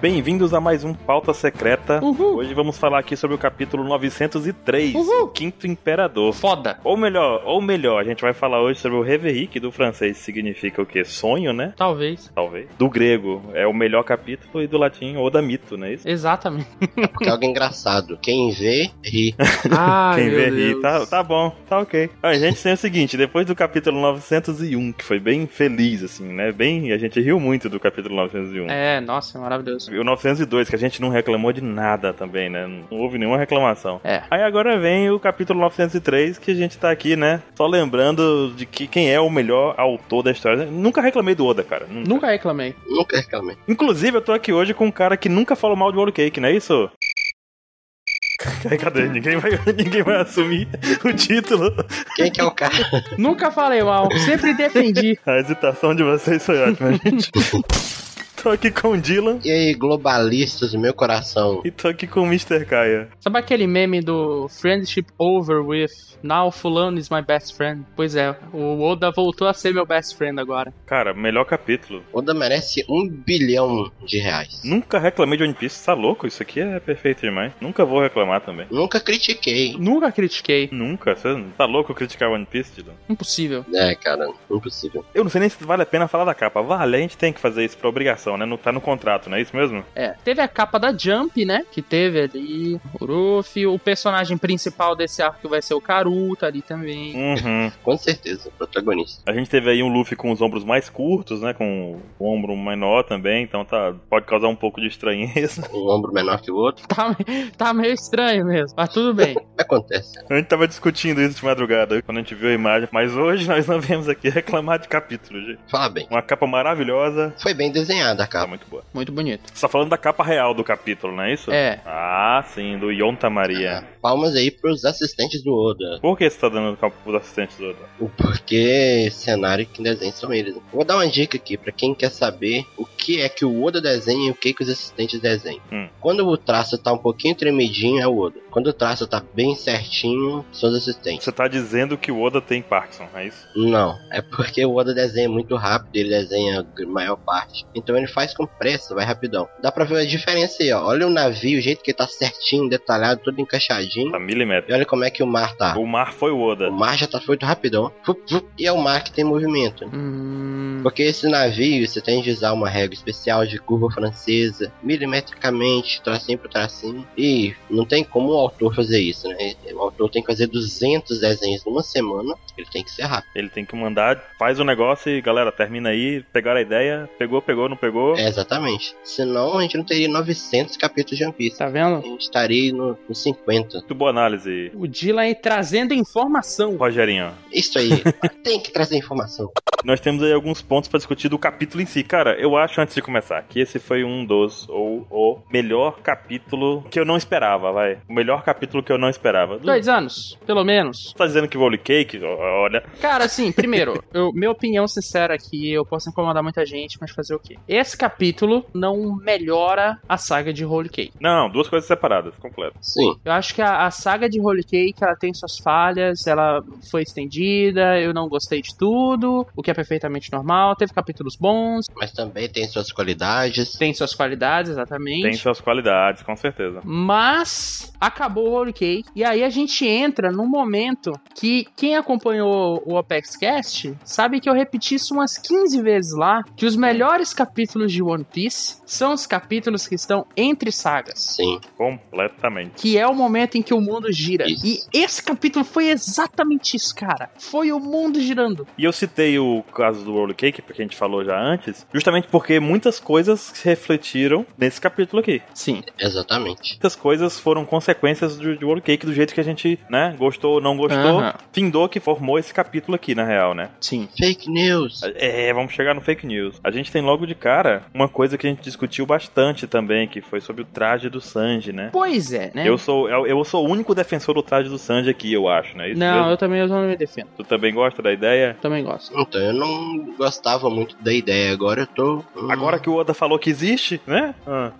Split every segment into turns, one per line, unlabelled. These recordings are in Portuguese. Bem-vindos a mais um Pauta Secreta.
Uhum.
Uhul.
Hoje vamos falar aqui sobre o capítulo 903,
Uhul.
o Quinto Imperador.
Foda.
Ou melhor, ou melhor, a gente vai falar hoje sobre o Reverie, que do francês significa o quê? Sonho, né?
Talvez.
Talvez. Do grego é o melhor capítulo e do latim Oda Mito, não é isso?
Exatamente.
Porque é algo engraçado. Quem vê, ri.
Ai,
Quem
meu
vê ri,
Deus.
tá, tá bom, tá ok. Ó, A gente tem o seguinte, depois do capítulo 901, que foi bem feliz, assim, né? Bem, a gente riu muito do capítulo 901.
É, nossa, é maravilhoso.
E O 902, que a gente não reclamou de nada também, né? Não houve nenhuma reclamação.
É.
Aí agora vem o capítulo 903, que a gente tá aqui, né? Só lembrando de que quem é o melhor autor da história. Nunca reclamei do Oda, cara. Nunca.
Nunca reclamei.
Nunca reclamei.
Inclusive, eu tô aqui hoje com um cara que nunca falou mal de World Cake, não é isso? Cadê? Ninguém vai, ninguém vai assumir o título.
Quem que é o cara?
Nunca falei mal. Sempre defendi.
A hesitação de vocês foi ótima, gente. tô aqui com o Dylan
E aí, globalistas do meu coração?
e tô aqui com o Mr. Kaya.
Sabe aquele meme do Friendship Over With? Now Fulano is my best friend. Pois é, o Oda voltou a ser meu best friend agora.
Cara, melhor capítulo.
Oda merece um bilhão de reais.
Nunca reclamei de One Piece, tá louco? Isso aqui é perfeito demais. Nunca vou reclamar também.
Nunca critiquei.
Nunca critiquei.
Nunca? Você tá louco criticar One Piece, Dylan?
Impossível.
É, cara, impossível.
Eu não sei nem se vale a pena falar da capa. Vale, a gente tem que fazer isso pra obrigação, né? Não tá no contrato, não é isso mesmo?
É. Teve a capa da Jump, né? Que teve ali. O Ruffy. O personagem principal desse arco vai ser o Karu, tá ali também.
Uhum.
Com certeza, protagonista.
A gente teve aí um Luffy com os ombros mais curtos, né? Com o ombro menor também, então tá. Pode causar um pouco de estranheza.
Um ombro menor que o outro.
Tá, tá meio estranho mesmo, mas tudo bem.
Acontece.
A gente tava discutindo isso de madrugada quando a gente viu a imagem. Mas hoje nós não viemos aqui reclamar de capítulo, gente.
Fala bem.
Uma capa maravilhosa.
Foi bem desenhada a
Tá
capa.
muito boa.
Muito bonito.
Você tá falando da capa real do capítulo, não é isso?
É.
Ah, sim, do Yonta Maria.
Palmas aí pros assistentes do Oda.
Por que você tá dando capa pros assistentes do Oda?
O porquê cenário que desenha são eles. Vou dar uma dica aqui pra quem quer saber o que é que o Oda desenha e o que, que os assistentes desenham.
Hum.
Quando o traço tá um pouquinho tremidinho, é o Oda. Quando o traço tá bem certinho, são os assistentes.
Você tá dizendo que o Oda tem Parkinson, é isso?
Não, é porque o Oda desenha muito rápido, ele desenha a maior parte. Então ele faz com pressa, vai rapidão. Dá pra ver a diferença aí, ó. Olha o navio, o jeito que tá certinho, detalhado, tudo encaixadinho.
Tá milimétrico.
E olha como é que o mar tá.
O mar foi o
O
Oda.
mar já tá feito rapidão. Fup, fup, E é o mar que tem movimento.
Hum.
Porque esse navio, você tem que usar uma régua especial de curva francesa, milimetricamente, tracinho por tracinho. E não tem como o autor fazer isso, né? O autor tem que fazer 200 desenhos numa semana, ele tem que ser rápido.
Ele tem que mandar, faz o negócio e galera, termina aí, pegaram a ideia, pegou, pegou, não
Uhum.
pegou.
É, exatamente. Senão a gente não teria 900 capítulos de One Piece.
Tá
A
vendo?
gente estaria no, no 50.
Muito boa análise,
O Dylan aí trazendo informação.
Rogerinho.
Isso aí. tem que trazer informação.
Nós temos aí alguns pontos pra discutir do capítulo em si. Cara, eu acho, antes de começar, que esse foi um dos, ou o melhor capítulo que eu não esperava, vai. O melhor capítulo que eu não esperava.
Dois anos, pelo menos.
Você tá dizendo que Vole Cake, ó, olha,
Cara, assim, primeiro, eu, minha opinião sincera aqui, eu posso incomodar muita gente, mas fazer o quê? Esse capítulo não melhora a saga de Holy Cake.
Não, duas coisas separadas, completo.
Sim.
Eu acho que a, a saga de Holy Cake, ela tem suas falhas, ela foi estendida, eu não gostei de tudo, o que é perfeitamente normal, teve capítulos bons,
Mas também tem suas qualidades.
tem suas qualidades, exatamente.
Tem suas qualidades, com certeza.
Mas acabou o Holy Cake. E aí a gente entra num momento que quem acompanhou o Apex Cast sabe que eu repeti isso umas 15 vezes lá. Que os melhores capítulos de One Piece são os capítulos que estão entre sagas.
Sim.
Completamente.
Que é o momento em que o mundo gira.
Isso.
E esse capítulo foi exatamente isso, cara. Foi o mundo girando.
E eu citei o caso do World Cake, porque a gente falou já antes, justamente porque muitas coisas se refletiram nesse capítulo aqui.
Sim.
Exatamente.
Muitas coisas foram consequências do, do World Cake, do jeito que a gente, né, gostou ou não gostou.
Aham.
Findou que formou esse capítulo aqui, na real, né?
Sim.
Fake news.
É, vamos chegar no fake news. A gente tem logo de cara uma coisa que a gente discutiu bastante também, que foi sobre o traje do Sanji, né?
Pois é, né?
Eu sou, eu, eu sou o único defensor do traje do Sanji aqui, eu acho, né? Isso
Não,
mesmo?
eu também eu não me defendo.
Tu também gosta da ideia?
Também gosto.
Então eu eu não gostava muito da ideia. Agora eu tô. hum,
Agora que o Oda falou que existe, né? Ah.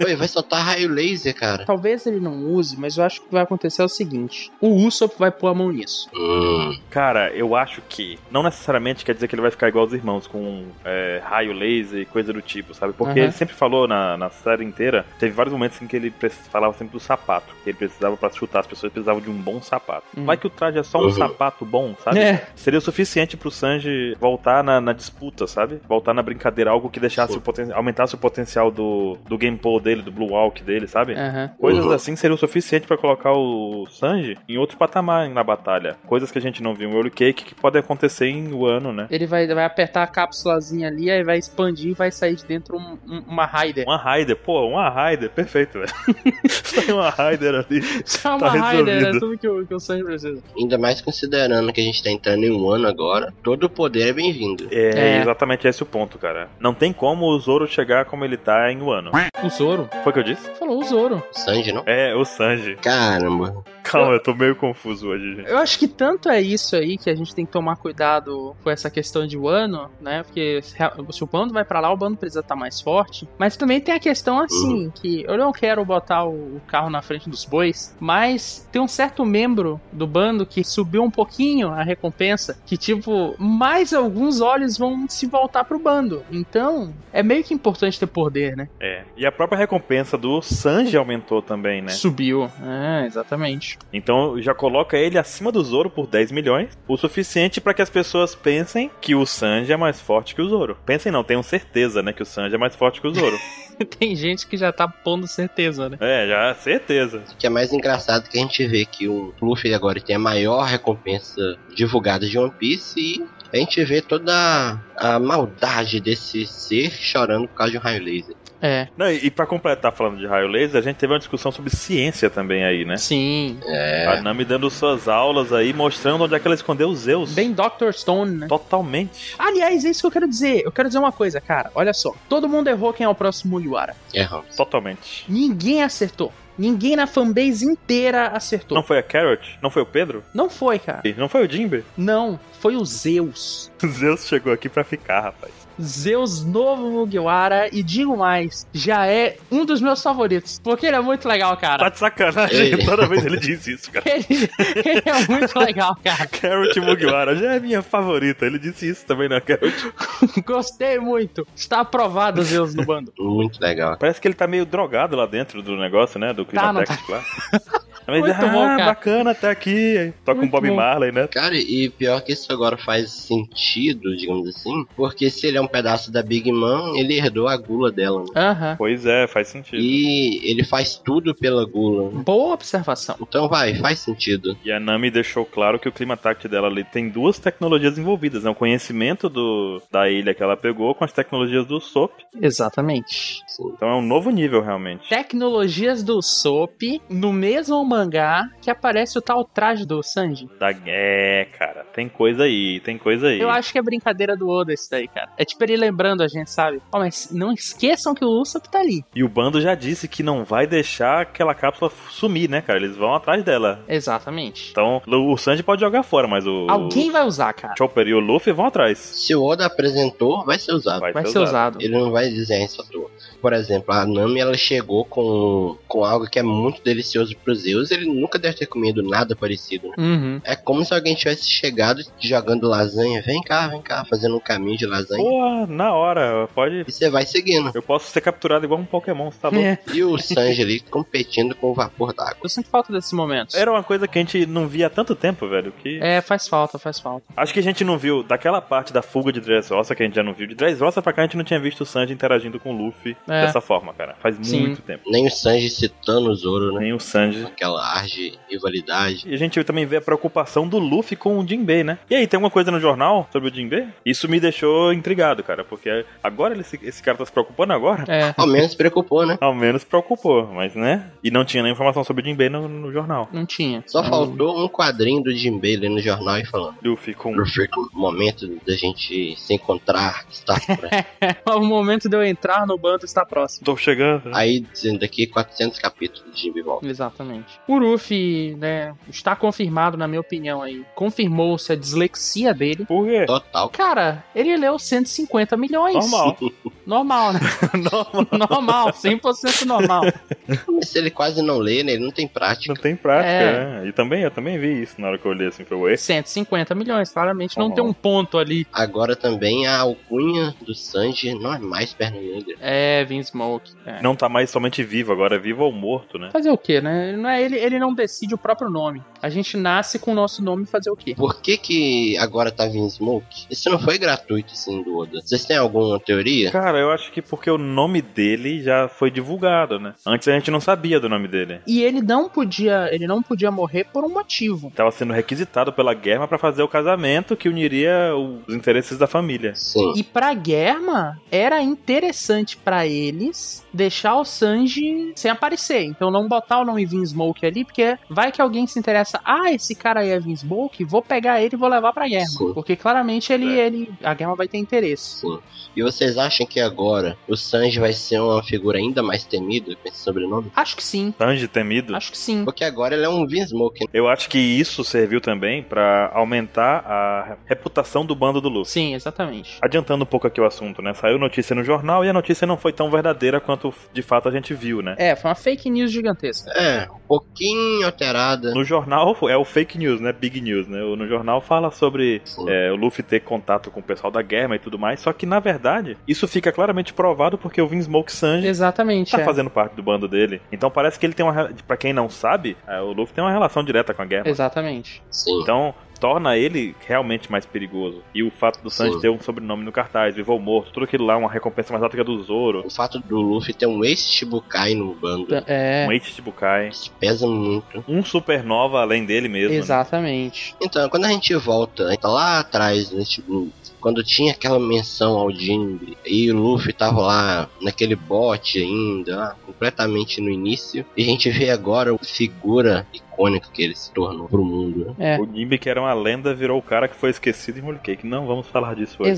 é. Ué, vai soltar raio laser, cara.
Talvez ele não use, mas eu acho que vai acontecer é o seguinte: o Usopp vai pôr a mão nisso.
Hum,
Cara, eu acho que não necessariamente quer dizer que ele vai ficar igual aos irmãos, com é, raio laser e coisa do tipo, sabe? Porque
Aham.
ele sempre falou na, na série inteira, teve vários momentos em que ele precis- falava sempre do sapato, que ele precisava pra chutar, as pessoas precisavam de um bom sapato.
Hum.
Vai que o traje é só um
Uhum.
sapato bom, sabe?
É.
Seria o suficiente pro Sanji voltar na, na disputa, sabe? Voltar na brincadeira, algo que deixasse
Sim.
o poten- aumentasse o potencial do, do gameplay dele, do Blue Walk dele, sabe?
Aham.
Coisas
Uhum.
assim seriam o suficiente pra colocar o Sanji em outro patamar na batalha. Coisas que a gente não viu em Holy Cake que podem acontecer em Wano, né?
Ele vai, vai apertar a cápsulazinha ali, aí vai expandir e vai sair de dentro um- um- uma Raider.
Uma Raider, pô, uma Raider, perfeito, velho. Sai uma Raider ali.
Só uma
Tá
Raider, é
resolvido.
tudo que o, que o Sanji precisa.
ainda mais considerando que a gente tá entrando em um ano agora, todo o poder é bem-vindo.
É,
É.
exatamente esse o ponto, cara. Não tem como o Zoro chegar como ele tá em Wano.
O Zoro?
Foi o que eu disse?
Falou o Zoro.
Sanji, não?
É, o Sanji.
Caramba.
Calma, eu tô meio confuso hoje, gente.
Eu acho que tanto é isso aí que a gente tem que tomar cuidado com essa questão de Wano, né? Porque se a- se o bando vai pra lá, o bando precisa estar mais forte. Mas também tem a questão
Uhum.
assim, que eu não quero botar o o carro na frente dos bois, mas tem um certo membro do bando que subiu um pouquinho a recompensa, que tipo, mais alguns olhos vão se voltar pro bando. Então, é meio que importante ter poder, né?
É. E a própria recompensa do Sanji aumentou também, né?
Subiu. É, exatamente.
Então já coloca ele acima do Zoro por 10 milhões, o suficiente pra que as pessoas pensem que o Sanji é mais forte que o Zoro. Pensem não, tenham certeza, né, que o Sanji é mais forte que o Zoro.
tem gente que já tá pondo certeza, né?
é, já certeza.
O que é mais engraçado é que a gente vê que o Luffy agora tem a maior recompensa divulgada de One Piece e a gente vê toda a maldade desse ser chorando por causa de um raio laser.
É.
Não, e, e para completar falando de raio laser, a gente teve uma discussão sobre ciência também aí, né?
Sim.
É.
A Nami dando suas aulas aí, mostrando onde é que ela escondeu os Zeus.
Bem Dr. Stone, né?
Totalmente.
Aliás, é isso que eu quero dizer. Eu quero dizer uma coisa, cara. Olha só. Todo mundo errou quem é o próximo Mugiwara.
Erramos.
Totalmente.
Ninguém acertou. Ninguém na fanbase inteira acertou.
Não
Não,
foi a Carrot? Não foi o Pedro?
foi, cara.
Não foi o Jimbe?
Não. Foi o Zeus.
Zeus chegou aqui pra ficar, rapaz.
Zeus novo Mugiwara. E digo mais, já é um dos meus favoritos. Porque ele é muito legal,
Tá
cara.
de sacanagem,
Ele-
toda vez ele diz isso, cara.
Ele, ele é muito legal, cara.
Carrot Mugiwara já é minha favorita. Ele disse isso também né? na Carrot.
Gostei muito. Está aprovado o Zeus no bando.
Muito legal.
Parece que ele tá meio drogado lá dentro do negócio, né? Do
Tá, não
Climatex lá. Mas,
Muito
ah,
bom, cara.
bacana até aqui. Toca um
Muito
Bob
bom.
Marley, né?
Cara, e pior que isso agora faz sentido, digamos assim, porque se ele é um pedaço da Big Mom, ele herdou a gula dela. né?
Aham.
Pois é, faz sentido. E...
E ele faz tudo pela gula. né?
Boa observação.
Então vai, faz sentido.
a Nami deixou claro que o Climatex dela ali tem duas tecnologias envolvidas, né? O conhecimento do, da ilha que ela pegou com as tecnologias do SOP.
Exatamente.
Sim.
Então é um novo nível, realmente.
Tecnologias do Soap, no mesmo mangá que aparece o tal traje do Sanji.
Da... É, cara, tem coisa aí, tem coisa aí.
Eu acho que é brincadeira do Oda isso daí, cara. É tipo ele lembrando a gente, sabe? Ó, mas não esqueçam que o Usopp tá ali.
E o bando já disse que não vai deixar aquela cápsula sumir, né, cara? Eles vão atrás dela.
Exatamente.
Então, o Sanji pode jogar fora, mas o
Tá. Alguém vai usar,
o
cara.
Chopper e o Luffy vão atrás.
Se o Oda apresentou, vai ser usado.
Ah, Vai ser usado.
Ele não vai dizer isso à toa. Por exemplo, a Nami ela chegou com, com algo que é muito delicioso para os Zeus. Ele nunca deve ter comido nada parecido. né?
Uhum.
É como se alguém tivesse chegado jogando lasanha. Vem cá, vem cá, fazendo um caminho de lasanha.
Porra, na hora, pode.
E você vai seguindo.
Eu posso ser capturado igual um Pokémon, você tá louco?
É.
E o Sanji ali competindo com o vapor d'água.
Eu sinto falta desses momentos.
Era uma coisa que a gente não via há tanto tempo, velho. Que...
É, faz falta, faz falta.
Acho que a gente não viu daquela parte da fuga de Dressrosa que a gente já não viu. De Dressrosa pra cá a gente não tinha visto o Sanji interagindo com o Luffy
É.
dessa forma, cara. Faz
Sim.
muito tempo.
Nem o Sanji citando o Zoro, né?
Nem o Sanji.
Aquela ar de rivalidade.
E a gente também vê a preocupação do Luffy com o Jinbei, né? E aí, tem alguma coisa no jornal sobre o Jinbei? Isso me deixou intrigado, cara, porque agora ele, se- esse cara tá se preocupando agora?
É.
Ao menos preocupou, né?
Ao menos preocupou, mas né? E não tinha nenhuma informação sobre o Jinbei no, no jornal.
Não tinha.
Só
Não-
faltou um quadrinho do Jinbei ali no jornal e falando. um
Luffy com.
Luffy, o momento da gente se encontrar está por aí."
o momento de eu entrar no bando está a próxima.
Tô chegando.
Aí, dizendo daqui 400 capítulos de Jimmy volta.
Exatamente. O Ruffy, né, está confirmado, na minha opinião, aí. Confirmou-se a dislexia dele.
Por quê?
Total.
Cara, ele leu 150 milhões.
Normal.
Normal, né? normal. normal, 100% normal.
Mas se ele quase não lê, né? Ele não tem prática.
Não tem prática,
É.
né? E também, eu também vi isso na hora que eu olhei assim, foi ué.
150 milhões, claramente não
Normal.
tem um ponto ali.
Agora também a alcunha do Sanji não é mais perna negra.
É, Vin Smoke. É.
Não tá mais somente vivo, agora é vivo ou morto, né?
Fazer o quê, né? Ele Não é ele, ele não decide o próprio nome. A gente nasce com o nosso nome e fazer o quê?
Por que que agora tá vindo Smoke? Isso não foi gratuito, assim, do Oda. Vocês têm alguma teoria?
Cara, eu acho que porque o nome dele já foi divulgado, né? Antes a gente não sabia do nome dele.
E ele não podia, ele não podia morrer por um motivo.
Tava sendo requisitado pela Guerra pra fazer o casamento que uniria os interesses da família.
Sim.
E pra Germa, era interessante pra eles deixar o Sanji sem aparecer. Então não botar o nome Vinsmoke ali, porque vai que alguém se interessa. Ah, esse cara aí é Vinsmoke, vou pegar ele e vou levar pra Germa.
Sim.
Porque claramente ele,
É.
ele a Germa vai ter interesse.
Sim. E vocês acham que agora o Sanji vai ser uma figura ainda mais temida com esse sobrenome?
Acho que sim.
Sanji temido.
Acho que sim.
Porque agora ele é um Vinsmoke.
Eu acho que isso serviu também pra aumentar a reputação do bando do Luffy.
Sim, exatamente.
Adiantando um pouco aqui o assunto, né? Saiu notícia no jornal e a notícia não foi tão verdadeira quanto de fato a gente viu, né?
É, foi uma fake news gigantesca.
É, um pouquinho alterada.
No jornal é o fake news, né? Big news, né? No jornal fala sobre
Sim.
é, o Luffy ter contato com o pessoal da Guerra e tudo mais. Só que, na verdade, isso fica claramente provado porque o Vinsmoke Sanji
Exatamente.
tá
é.
fazendo parte do bando dele. Então parece que ele tem uma... re- Pra quem não sabe, é, o Luffy tem uma relação direta com a Guerra.
Exatamente.
Sim.
Então torna ele realmente mais perigoso. E o fato do Sanji
Sim.
ter um sobrenome no cartaz, vivo ou morto, tudo aquilo lá, uma recompensa mais alta que a do Zoro,
O fato do Luffy ter um ex-Shibukai no bando,
Tá- É.
um Eiichi Chibukai,
isso pesa muito.
um supernova além dele mesmo. né?
Exatamente.
Então, quando a gente volta né, tá lá atrás nesse grupo, quando tinha aquela menção ao Jinbe e o Luffy tava lá naquele bote ainda, lá, completamente no início, e a gente vê agora a figura icônica que ele se tornou pro mundo. né?
É.
O Jimbe, que era uma lenda, virou o cara que foi esquecido em Holy Cake. Não vamos falar disso hoje.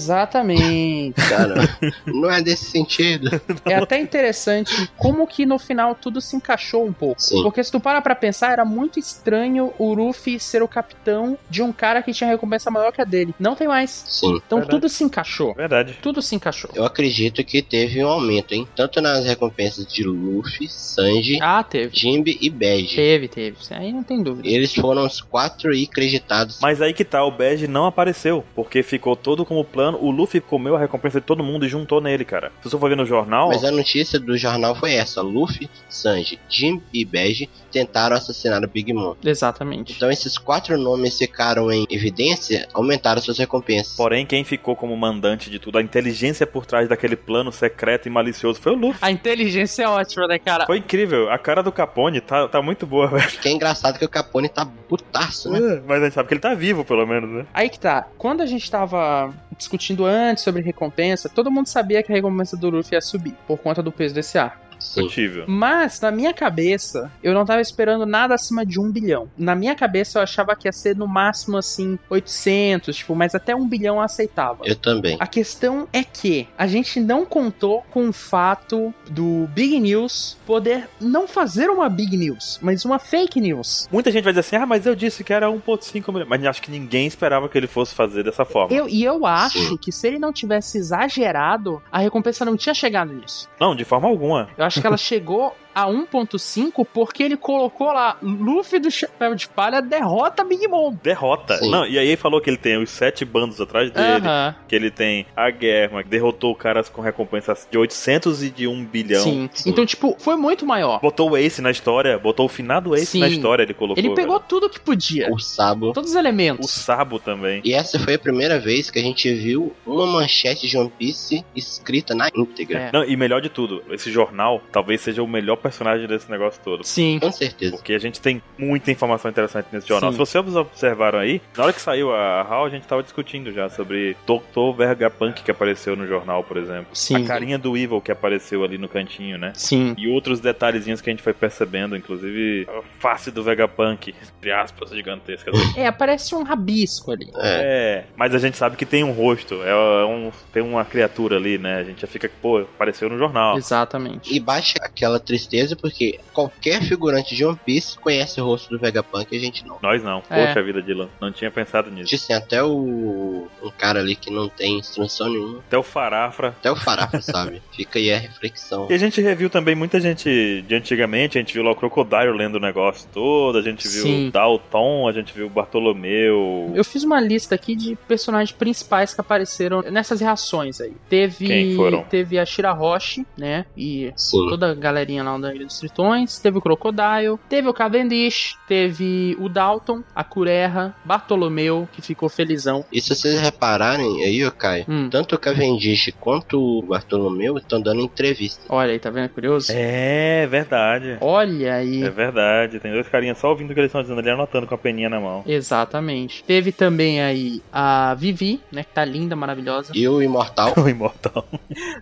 Exatamente.
Cara, não é desse sentido.
é até interessante como que no final tudo se encaixou um pouco.
Sim.
Porque se tu para pra pensar, era muito estranho o Ruffy ser o capitão de um cara que tinha recompensa maior que a dele. Não tem mais.
Sim.
Então
Verdade.
tudo se encaixou.
É Verdade.
Tudo se encaixou.
Eu acredito que teve um aumento, hein? Tanto nas recompensas de Luffy, Sanji,
Ah, teve.
Jinbe e Badge.
Teve, teve. Isso Aí não tem dúvida.
Eles foram os quatro e creditados.
Mas aí que tá, o Badge não apareceu, porque ficou todo como plano. O Luffy comeu a recompensa de todo mundo e juntou nele, cara. Se você for ver no jornal,
Mas é a notícia do jornal foi essa: Luffy, Sanji, Jim e Badge tentaram assassinar o Big Mom.
Exatamente.
Então esses quatro nomes ficaram em evidência, aumentaram suas recompensas.
porém, quem ficou como mandante de tudo, a inteligência por trás daquele plano secreto e malicioso foi o Luffy.
A inteligência é ótima, né, cara?
Foi incrível, a cara do Capone tá, tá muito boa, velho.
Que é engraçado que o Capone tá putaço, né?
É.
Mas a gente sabe que ele tá vivo, pelo menos, né?
Aí que tá. Quando a gente tava discutindo antes sobre recompensa, todo mundo sabia que a recompensa do Luffy ia subir por conta do peso desse ar.
Sim.
Possível.
Mas, na minha cabeça, eu não tava esperando nada acima de um bilhão. Na minha cabeça, eu achava que ia ser no máximo, assim, 800, tipo, mas até um bilhão eu aceitava.
Eu também.
A questão é que a gente não contou com o fato do Big News poder não fazer uma Big News, mas uma fake news.
Muita gente vai dizer assim, ah, mas eu disse que era 1.5 milhões. Mas acho que ninguém esperava que ele fosse fazer dessa forma.
Eu, e eu acho
Sim.
que se ele não tivesse exagerado, a recompensa não tinha chegado nisso.
Não, de forma alguma.
Eu acho que ela chegou a 1.5 porque ele colocou lá Luffy do Chapéu de Palha derrota Big Mom.
Derrota.
Sim.
Não, e aí ele falou que ele tem os sete bandos atrás dele,
Aham.
que ele tem a guerra, que derrotou caras com recompensas de 800 e de 1 bilhão.
Sim.
Sim.
Então, tipo, foi muito maior.
Botou o Ace na história, botou o finado Ace
Sim.
na história, ele colocou.
Ele pegou
velho.
tudo que podia.
O Sabo.
Todos os
o
elementos.
Sabo também.
E essa foi a primeira vez que a gente viu uma manchete de One Piece escrita na íntegra.
É.
Não, e melhor de tudo, esse jornal talvez seja o melhor personagem desse negócio todo.
Sim.
Com certeza.
Porque a gente tem muita informação interessante nesse jornal.
Sim.
Se vocês observaram aí, na hora que saiu a HAL, a gente tava discutindo já sobre Dr. Vergapunk que apareceu no jornal, por exemplo.
Sim.
A carinha do Evil que apareceu ali no cantinho, né?
Sim.
E outros detalhezinhos que a gente foi percebendo, inclusive a face do Vegapunk, entre aspas, gigantesca.
É, aparece um rabisco ali.
É.
É, mas a gente sabe que tem um rosto, é um, tem uma criatura ali, né? A gente já fica, pô, apareceu no jornal.
Exatamente.
E baixa aquela tristeza porque qualquer figurante de One Piece conhece o rosto do Vegapunk e a gente não.
Nós não.
É.
Poxa vida, Dylan, não tinha pensado nisso.
Dizem até o um cara ali que não tem instrução nenhuma.
Até o Farafra
Até o Farafa sabe. Fica aí a reflexão.
E a gente reviu também muita gente de antigamente, a gente viu lá o Crocodile lendo o negócio todo, a gente viu
Sim.
o Dalton, a gente viu o Bartolomeu.
Eu fiz uma lista aqui de personagens principais que apareceram nessas reações aí. Teve,
Quem foram?
teve a Shirahoshi, né? E
Sim.
toda a galerinha lá da Ilha dos Tritões. Teve o Crocodile, teve o Cavendish, teve o Dalton, a Cureha, Bartolomeu, que ficou felizão.
E se vocês repararem aí, ô Caio,
Hum,
tanto o Cavendish quanto o Bartolomeu estão dando entrevista.
olha aí, tá vendo? Curioso.
É verdade.
Olha aí.
É verdade. Tem dois carinhas só ouvindo o que eles estão dizendo ali, anotando com a peninha na mão.
Exatamente. Teve também aí a Vivi, né? Que tá linda, maravilhosa.
E o Imortal,
O imortal.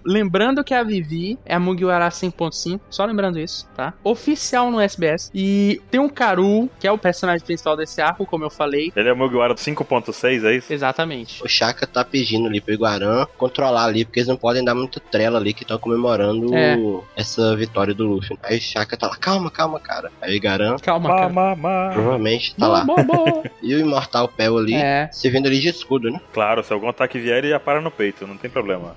Lembrando que a Vivi é a Mugiwara 100.5, só lembrando isso, tá? Oficial no SBS. E tem um Karu, que é o personagem principal desse arco, como eu falei.
Ele é o Mugiwara 5.6, é isso?
Exatamente.
o Chaka tá pedindo ali pro Iguarã controlar ali, porque eles não podem dar muita trela ali que estão comemorando
É.
o- essa vitória do Luffy. Aí o Chaka tá lá, calma, calma, cara. Aí o Iguarã
Calma,
Ma,
é cara.
ma, ma.
provavelmente tá lá.
Bom, bom, bom.
E o Imortal Pell ali,
É.
servindo ali de escudo, né?
Claro, se algum ataque vier, ele já para no peito, não tem problema.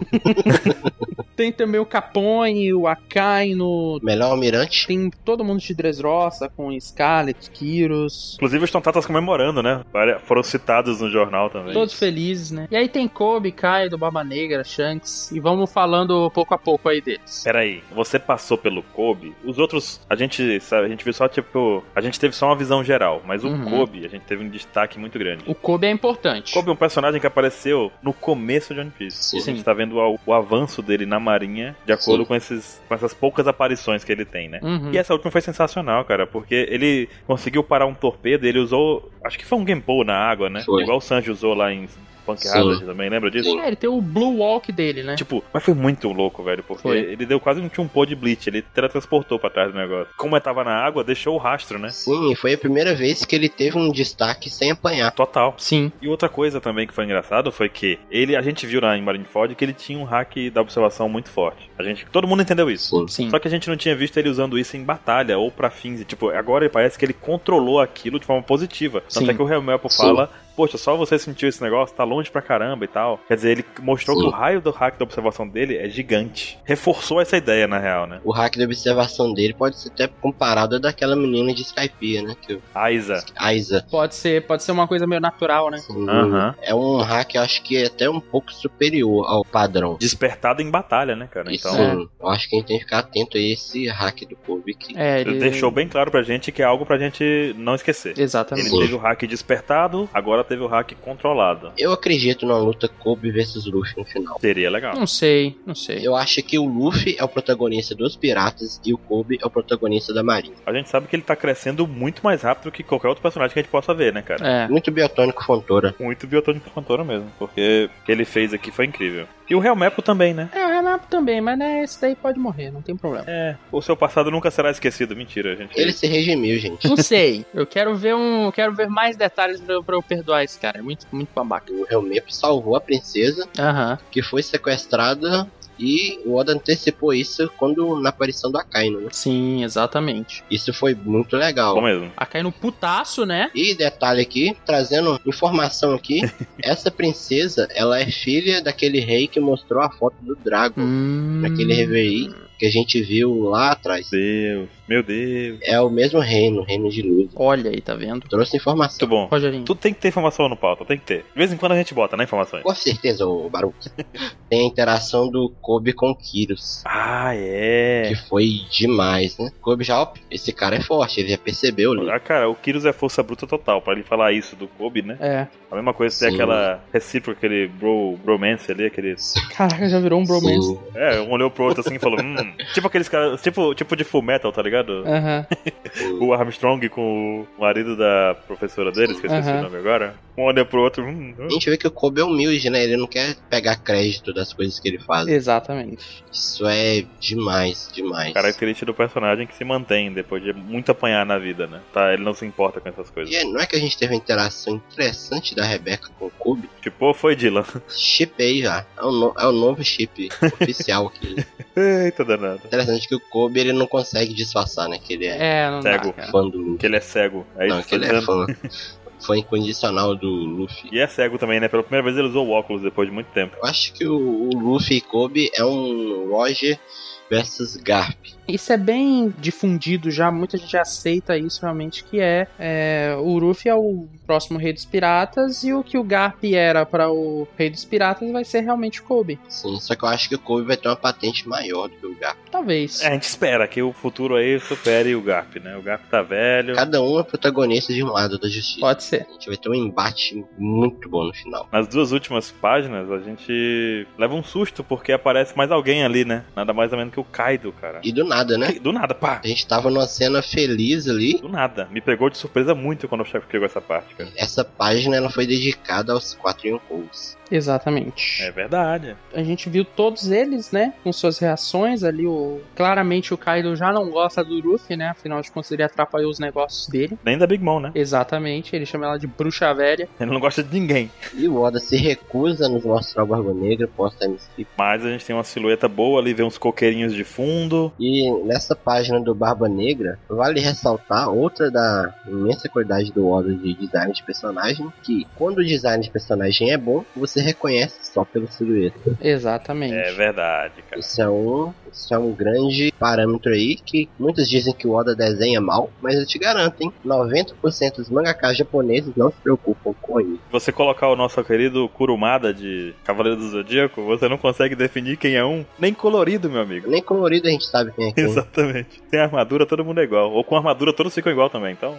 Tem também o Capone, o Akainu.
Melhor almirante.
Tem todo mundo de Dressrosa com Scarlet, Kyros.
Inclusive, os Tontatas comemorando, né? Várias- Foram citados no jornal também.
Todos felizes, né? E aí tem Kobe, Kaido, Baba Negra, Shanks. E vamos falando pouco a pouco aí deles.
Peraí, você passou pelo Kobe? Os outros, a gente sabe, a gente viu só tipo, a gente teve só uma visão geral, mas o
Uhum.
Kobe, a gente teve um destaque muito grande.
O Kobe é importante.
Kobe é um personagem que apareceu no começo de One Piece.
Sim.
A gente tá vendo o, o avanço dele na marinha, de acordo
Sim.
com, esses, com essas poucas aparições que ele tem, né?
Uhum.
E essa última foi sensacional, cara, porque ele conseguiu parar um torpedo, ele usou, acho que foi um Genpo na água, né?
Foi.
Igual o Sanji usou lá em Punk
Sim.
Hazard também, lembra disso?
Sim.
É, ele tem o Blue Walk dele, né?
Tipo, mas foi muito louco, velho, porque
Foi.
ele deu quase um tchumpo de blitz, ele teletransportou pra trás do negócio. Como ele tava na água, deixou o rastro, né?
Sim, foi a primeira vez que ele teve um destaque sem apanhar.
Total.
Sim.
E outra coisa também que foi engraçado foi que ele, a gente viu lá em Marineford que ele tinha um hack da observação muito forte. A gente, todo mundo entendeu isso.
Sim.
Sim.
Só que a gente não tinha visto ele usando isso em batalha ou pra fins. e, Tipo, agora ele parece que ele controlou aquilo de forma positiva. Tanto
Sim.
é que o Real Melpo
Sim.
fala: Poxa, só você sentiu esse negócio, tá longe pra caramba e tal. Quer dizer, ele mostrou
Sim.
que o raio do hack da observação dele é gigante. Reforçou essa ideia, na real, né?
O hack de observação dele pode ser até comparado a daquela menina de Skypiea, né? Que,
Aiza.
a Isa.
Pode ser, pode ser uma coisa meio natural, né?
Assim,
Aham.
É um hack, eu acho que é até um pouco superior ao padrão.
Despertado em batalha, né, cara?
Isso,
Então.
É.
eu acho que a gente tem que ficar atento a esse hack do Kobe que
É, ele
Deixou bem claro pra gente que é algo pra gente não esquecer. Ele
Exatamente.
Sim.
teve o hack despertado, agora teve o hack controlado.
Eu acredito numa luta Kobe versus Luffy no final.
Seria legal.
Não sei, não sei.
Eu acho que o Luffy é o protagonista dos piratas e o Kobe é o protagonista da marinha.
A gente sabe que ele tá crescendo muito mais rápido que qualquer outro personagem que a gente possa ver, né, cara?
É.
Muito biotônico Fontoura.
Muito biotônico cantora mesmo, porque o que ele fez aqui foi incrível. E o Real Mepo também, né?
É, o Renato também, mas né, esse daí pode morrer, não tem problema.
É, o seu passado nunca será esquecido. Mentira, gente.
Ele se regimiu, gente.
Não sei. Eu quero ver um. Eu quero ver mais detalhes pra, eu- pra eu perdoar esse cara. É muito, muito babaca.
O Helmepo salvou a princesa
Aham.
que foi sequestrada e o Oda antecipou isso quando na aparição do Akainu. né?
Sim, exatamente.
Isso foi muito legal.
É Bom mesmo.
A cair no putaço, né?
E detalhe aqui, trazendo informação aqui, essa princesa, ela é filha daquele rei que mostrou a foto do Drago,
Hum.
daquele reverie que a gente vieu lá atrás.
Deus. Meu Deus.
É o mesmo reino, reino de luz.
Olha aí, tá vendo?
Trouxe informação.
Muito bom.
Rogerinho.
Tudo tem que ter informação no pauta, tem que ter. De vez em quando a gente bota, né, informações.
Com certeza, o Baruch. Tem a interação do Kobe com o Kyrus.
Ah, é.
Que foi demais, né? Kobe já, ó, esse cara é forte, ele já percebeu ali.
Ah, cara, o Kyrus é força bruta total. Pra ele falar isso do Kobe, né?
É.
A mesma coisa tem
Sim.
aquela recíproca, aquele bro, bromance ali, aquele.
Caraca, já virou um bromance.
Sim.
É, um olhou pro outro assim e falou, hum. Tipo aqueles caras. Tipo, tipo de full metal, tá ligado?
Aham.
O Armstrong com o marido da professora dele, esqueci
Aham.
o nome agora. Um olha pro outro, hum.
A
hum.
gente vê que o Kobe é humilde, né? Ele não quer pegar crédito das coisas que ele faz.
É. Exatamente.
Isso é demais, demais.
é
Característica do personagem que se mantém depois de muito apanhar na vida, né? Tá, ele não se importa com essas coisas.
E é- não é que a gente teve uma interação interessante da Rebeca com o Kobe?
Tipo, foi Dylan.
Chipei já. É o, no- é o novo chip oficial aqui.
Eita danado.
Interessante que o Kobe ele não consegue disfarçar, né? Que ele é
É, não
Cego.
dá, cara.
fã do Luffy.
Que ele é cego. É
Não,
isso
que
que eu
ele
tô
é
dizendo.
fã. Fã incondicional do Luffy.
E é cego também, né? Pela primeira vez ele usou o óculos depois de muito tempo.
Eu acho que o, o Luffy e Kobe é um Roger versus Garp.
Isso é bem difundido já, muita gente aceita isso realmente, que é, é, o Luffy é o próximo rei dos piratas e o que o Garp era para o rei dos piratas vai ser realmente o Kobe.
Sim, assim. só que eu acho que o Kobe vai ter uma patente maior do que o Garp.
Talvez.
É, a gente espera que o futuro aí supere o Garp, né? O Garp tá velho.
Cada um é protagonista de um lado da justiça.
Pode ser.
A gente vai ter um embate muito bom no final.
Nas duas últimas páginas, a gente leva um susto porque aparece mais alguém ali, né? Nada mais ou menos que o Kaido, cara.
E do nada, né?
Do nada, pá!
A gente tava numa cena feliz ali.
Do nada. Me pegou de surpresa muito quando o chefe pegou essa parte, cara.
Essa página ela foi dedicada aos quatro Yonkous.
Exatamente.
É verdade.
A gente viu todos eles, né? Com suas reações ali. O... Claramente o Kaido já não gosta do Luffy, né? Afinal de contas, ele atrapalhou os negócios dele.
Nem da Big Mom, né?
Exatamente. Ele chama ela de bruxa velha.
Ele não gosta de ninguém.
E o Oda se recusa a nos mostrar o Barba Negra pós-time skip.
Mas a gente tem uma silhueta boa ali, vê uns coqueirinhos de fundo.
E nessa página do Barba Negra, vale ressaltar outra da imensa qualidade do Oda de design de personagem, que quando o design de personagem é bom, você reconhece só pela silhueta.
Exatamente.
É verdade, cara.
Isso é um, isso é um grande parâmetro aí que muitos dizem que o Oda desenha mal, mas eu te garanto, hein, 90% dos mangakas japoneses não se preocupam com isso.
Se você colocar o nosso querido Kurumada de Cavaleiro do Zodíaco, você não consegue definir quem é um, nem colorido, meu amigo.
Nem colorido a gente sabe quem é quem.
Exatamente. Sem armadura, todo mundo é igual. Ou com armadura, todos ficam igual também, então.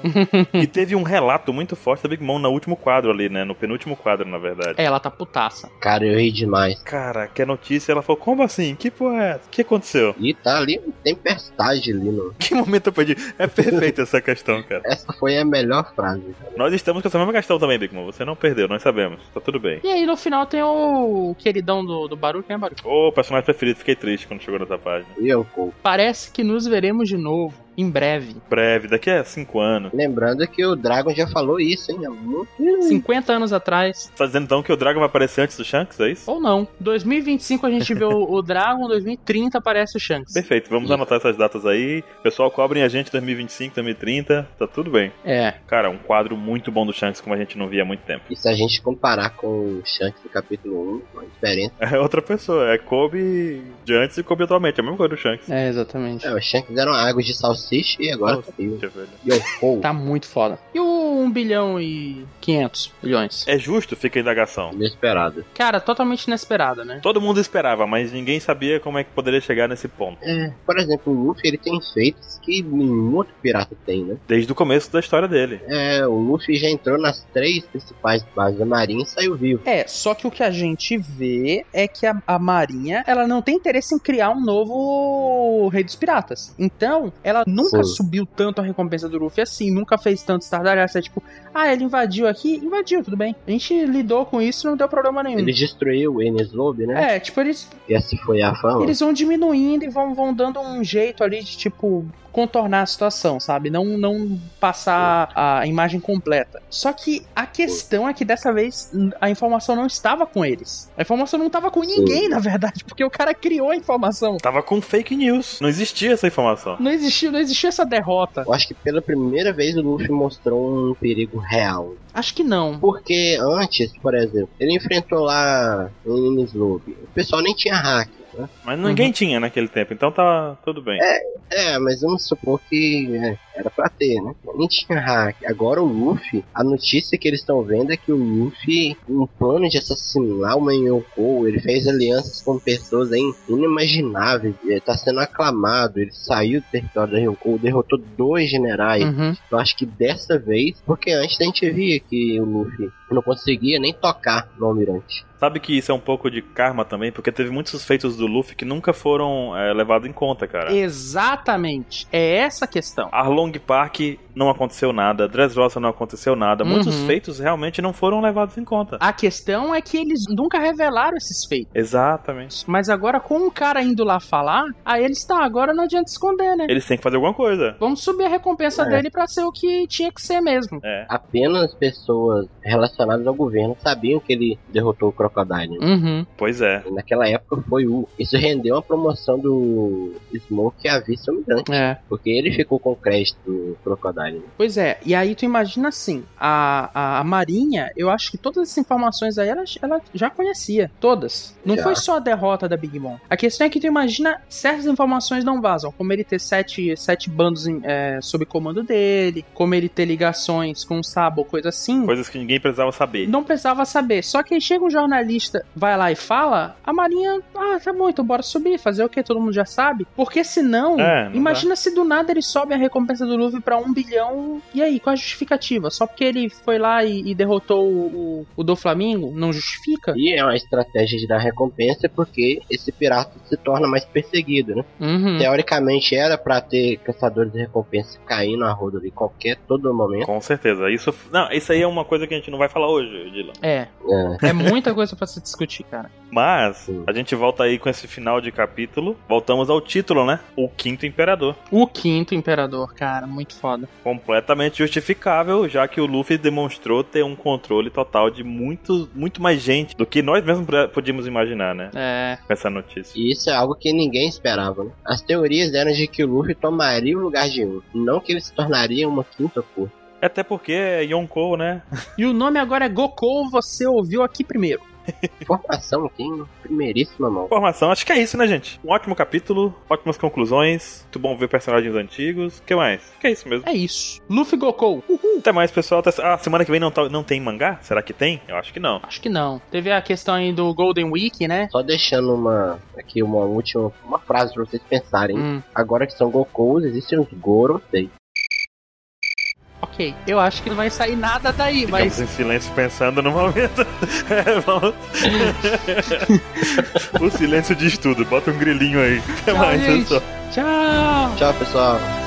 e teve um relato muito forte da Big Mom no último quadro ali, né? No penúltimo quadro, na verdade.
É, ela tá putaça.
Cara, eu ri demais.
Cara, que a notícia, ela falou: como assim? Que porra é essa? O que aconteceu?
E tá ali uma tempestade ali no.
Que momento eu perdi? É perfeita essa questão, cara.
Essa foi a melhor frase.
Nós estamos com essa mesma questão também, Big Mom. Você não perdeu, nós sabemos. Tá tudo bem.
E aí no final tem o queridão do, do Baruch, né, Baruch?
Ô, personagem preferido, fiquei triste quando chegou nessa página.
Yonkou.
Parece que nos veremos de novo, em breve.
Breve, daqui a cinco anos.
Lembrando que o Dragon já falou isso, hein? há muito
50 anos atrás.
Tá dizendo então que o Dragon vai aparecer antes do Shanks, é isso?
Ou não. 2025 a gente vê o, o Dragon, 2030 aparece o Shanks.
Perfeito, vamos anotar essas datas aí. Pessoal, cobrem a gente 2025, 2030, tá tudo bem.
É.
Cara, um quadro muito bom do Shanks, como a gente não via há muito tempo.
E se a gente comparar com o Shanks do capítulo 1, a diferença
É outra pessoa, é Kobe de antes e Kobe atualmente, é a mesma coisa do Shanks.
É, exatamente.
é, o Shanks eram águas de salsicha e agora
Salsicha.
frio.
Deixa eu ver.
Yonkou.
Tá muito foda. E o 1 bilhão e 500 milhões?
É justo, fica a indagação.
Inesperado.
Cara, totalmente inesperado, né?
Todo mundo esperava, mas ninguém sabia como é que poderia chegar nesse ponto.
É, por exemplo, o Luffy ele tem feitos que nenhum outro pirata tem, né?
Desde o começo da história dele.
É, o Luffy já entrou nas três principais bases da marinha e saiu vivo.
É, só que o que a gente vê é que a, a Marinha, ela não tem interesse em criar um novo Rei dos Piratas. Então, ela nunca
Sim.
subiu tanto a recompensa do Luffy assim, nunca fez tanto estardalhaço. É tipo, ah, ele invadiu aqui, invadiu, tudo bem. A gente lidou com isso, não deu problema nenhum.
Ele destruiu o Enes Lobby, né?
É, tipo, eles,
E essa foi a fama.
eles vão diminuindo e vão, vão dando um jeito ali de, tipo, contornar a situação, sabe? Não, não passar a imagem completa. Só que a questão é que dessa vez n- a informação não estava com eles. A informação não estava com ninguém, na verdade, porque o cara criou a informação.
Tava com fake news, não existia essa informação.
Não existiu, não existiu essa derrota.
Eu acho que pela primeira vez o Luffy mostrou um perigo real.
Acho que não.
Porque antes, por exemplo, ele enfrentou lá o Enes Lobby. O pessoal nem tinha hack. né?
Mas ninguém tinha naquele tempo, então tá tudo bem.
É, mas vamos supor que é, era pra ter, né? Não tinha hack. Agora o Luffy, a notícia que eles estão vendo é que o Luffy, um plano de assassinar o Manyokou, ele fez alianças com pessoas hein, inimagináveis, ele tá sendo aclamado, ele saiu do território da Ryoko, derrotou dois generais.
Uhum.
Eu acho que dessa vez, porque antes a gente via que o Luffy não conseguia nem tocar no almirante.
Sabe que isso é um pouco de karma também, porque teve muitos suspeitos do Luffy que nunca foram é, levados em conta, cara.
Exatamente. É essa a questão.
Arlong Park não aconteceu nada, Dressrosa não aconteceu nada, muitos
Uhum.
feitos realmente não foram levados em conta.
A questão é que eles nunca revelaram esses feitos.
Exatamente.
Mas agora, com o cara indo lá falar, aí eles estão, agora não adianta esconder, né?
Eles têm que fazer alguma coisa.
Vamos subir a recompensa
É.
dele pra ser o que tinha que ser mesmo.
É.
Apenas pessoas relacionadas ao governo sabiam que ele derrotou o Crocodile.
Uhum.
Pois é.
Naquela época foi o. Isso rendeu uma promoção do Smoke a vice-almirante,
É.
porque ele ficou com o crédito do Crocodile.
Pois é, e aí tu imagina assim, a, a, a Marinha, eu acho que todas essas informações aí ela, ela já conhecia, todas. Não
Já.
foi só a derrota da Big Mom. A questão é que tu imagina certas informações não vazam, como ele ter sete, sete bandos em- é, sob comando dele, como ele ter ligações com o Sabo, coisa assim.
Coisas que ninguém precisava saber.
Não precisava saber. Só que aí chega um jornalista, vai lá e fala, a Marinha, ah, tá bom, então bora subir, fazer o que? Todo mundo já sabe. Porque senão,
É, não dá.
imagina se do nada ele sobe a recompensa do Luffy pra um bilhão. E aí, qual a justificativa? Só porque ele foi lá e, e derrotou o, o, o do Flamingo? Não justifica?
E é uma estratégia de dar recompensa porque esse pirata se torna mais perseguido, né?
Uhum.
Teoricamente era pra ter caçadores de recompensa caindo a roda de qualquer todo momento.
Com certeza. Isso, não, isso aí é uma coisa que a gente não vai falar hoje, Dylan.
É,
É.
é muita coisa pra se discutir, cara.
Mas
Sim.
a gente volta aí com esse final de capítulo. Voltamos ao título, né? O Quinto Imperador.
O quinto imperador, cara, muito foda.
Completamente justificável, já que o Luffy demonstrou ter um controle total de muito, muito mais gente do que nós mesmos pra- podíamos imaginar, né?
É.
Com essa notícia.
E isso é algo que ninguém esperava, né? As teorias eram de que o Luffy tomaria o lugar de um, não que ele se tornaria uma quinta força.
Até porque é Yonkou, né?
E o nome agora é Gokou, você ouviu aqui primeiro.
Informação aqui em primeiríssima mão.
Informação, acho que é isso, né, gente? Um ótimo capítulo, ótimas conclusões. Muito bom ver personagens antigos. O que mais? Acho Que é isso mesmo.
É isso. Luffy Gokou.
Até mais, pessoal. Até... Ah, semana que vem não, tá- não tem mangá? Será que tem? Eu acho que não.
Acho que não. Teve a questão aí do Golden Week, né?
Só deixando uma aqui uma última uma frase pra vocês pensarem.
Hum,
Agora que são Gokous, existem os Gorosei.
ok. Eu acho que não vai sair nada daí,
Ficamos
mas.
em silêncio pensando no momento. É, vamos... o silêncio diz tudo. Bota um grilinho aí. Até
Tchau,
mais,
gente.
pessoal.
Tchau!
Tchau, pessoal.